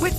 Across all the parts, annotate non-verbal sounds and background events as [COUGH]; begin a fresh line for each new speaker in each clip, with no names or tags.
With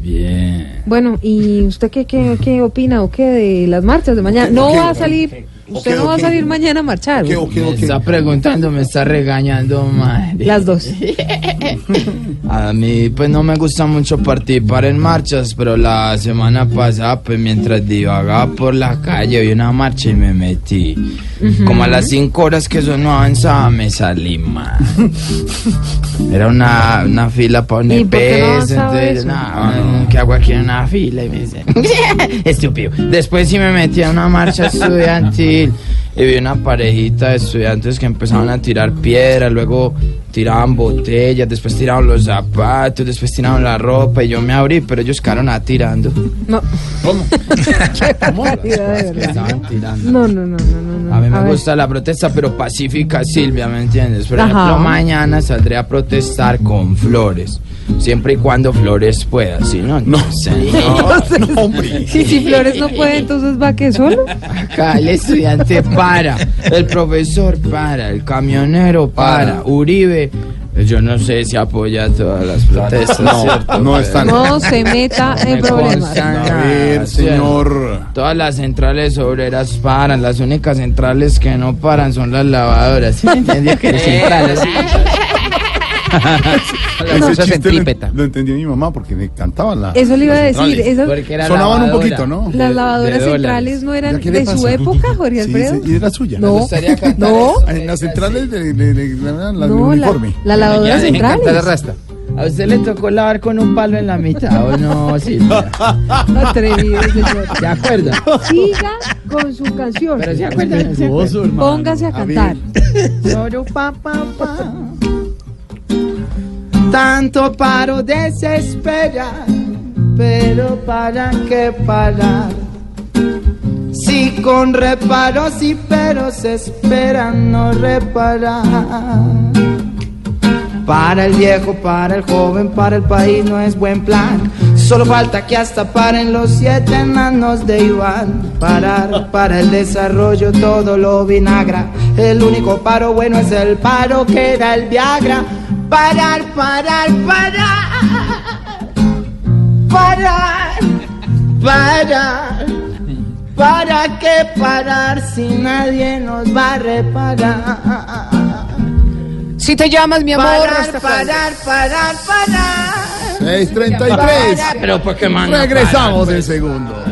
Bien.
Bueno, ¿y usted qué, qué, qué opina o qué de las marchas de mañana? No va a salir, usted no va a salir mañana a marchar.
¿Qué, o qué, o
Me
qué?
está preguntando, me está regañando, madre.
Las dos.
A mí, pues no me gusta mucho participar en marchas, pero la semana pasada, pues mientras divagaba por la calle, vi una marcha y me metí. Como a las cinco horas que eso no avanzaba, me salí
[LAUGHS]
mal. Era una, una fila para un
¿Y por qué no
EPS,
avanzaba
entonces,
eso? Ah,
nada, ¿qué hago aquí en una fila? Y me dice, [LAUGHS] estúpido. Después sí me metí a una
[LAUGHS]
marcha estudiantil y vi una parejita de estudiantes que empezaban a tirar piedras, luego tiraban botellas, después tiraban los zapatos, después tiraban la ropa y yo me abrí, pero ellos quedaron a tirando.
No,
¿Cómo?
qué barbaridad, de verdad. [LAUGHS]
Estaban tirando.
No, no, no, no, no, no.
A mí me
ver.
gusta la protesta, pero pacífica, Silvia, ¿me entiendes? Por
Ajá.
ejemplo, mañana saldré a protestar con flores. Siempre y cuando flores pueda, si no, no sé. [LAUGHS] No.
Hombre.
Sí, si Flores no puede, entonces va que solo.
Acá el estudiante para, el profesor para, el camionero para, Uribe. Yo no sé si apoya todas las protestas. ¿cierto?
no están.
No se meta
Me
en problemas.
consta
A
nada,
ver,
¿cierto?
señor.
Todas las centrales obreras paran, las únicas centrales que no paran son las lavadoras. ¿Sí me entendió que
[LAUGHS]
centrales?
Ese chiste lo, lo entendió mi mamá porque me cantaba la.
Eso le iba a
las
decir.
centrales.
Esas,
Porque era
Sonaban un
lavadora.
poquito, ¿no?
las lavadoras
de dólares.
centrales no
¿Ya
eran
qué le
de su
pasa?
época, Jorge
Sí,
Alfredo.
sí, y era suya.
Me
No,
gustaría cantar
no,
esa
En las
letra,
centrales le le- le- le daban la
no, la,
uniforme.
la lavadora central.
rasta.
sí. A usted le tocó lavar con un palo en la mitad, ¿o no, Silvia?
Atrevido, señor.
¿Se
[LAUGHS]
acuerda?
Siga con su canción.
Pero se acuerda, ¿se acuerda?
Póngase a cantar.
Solo pa, pa, pa. Tanto paro desesperar, pero para qué parar. Si con reparos y peros se esperan no reparar. Para el viejo, para el joven, para el país no es buen plan. Solo falta que hasta paren los siete enanos de Iván. Parar para el desarrollo todo lo vinagra. El único paro bueno es el paro que da el Viagra. Parar, parar, parar. Parar, parar. ¿Para qué parar si nadie nos va a reparar?
Si te llamas mi
Parar, parar, parar, parar.
6.33.
Pero porque
Regresamos en segundo.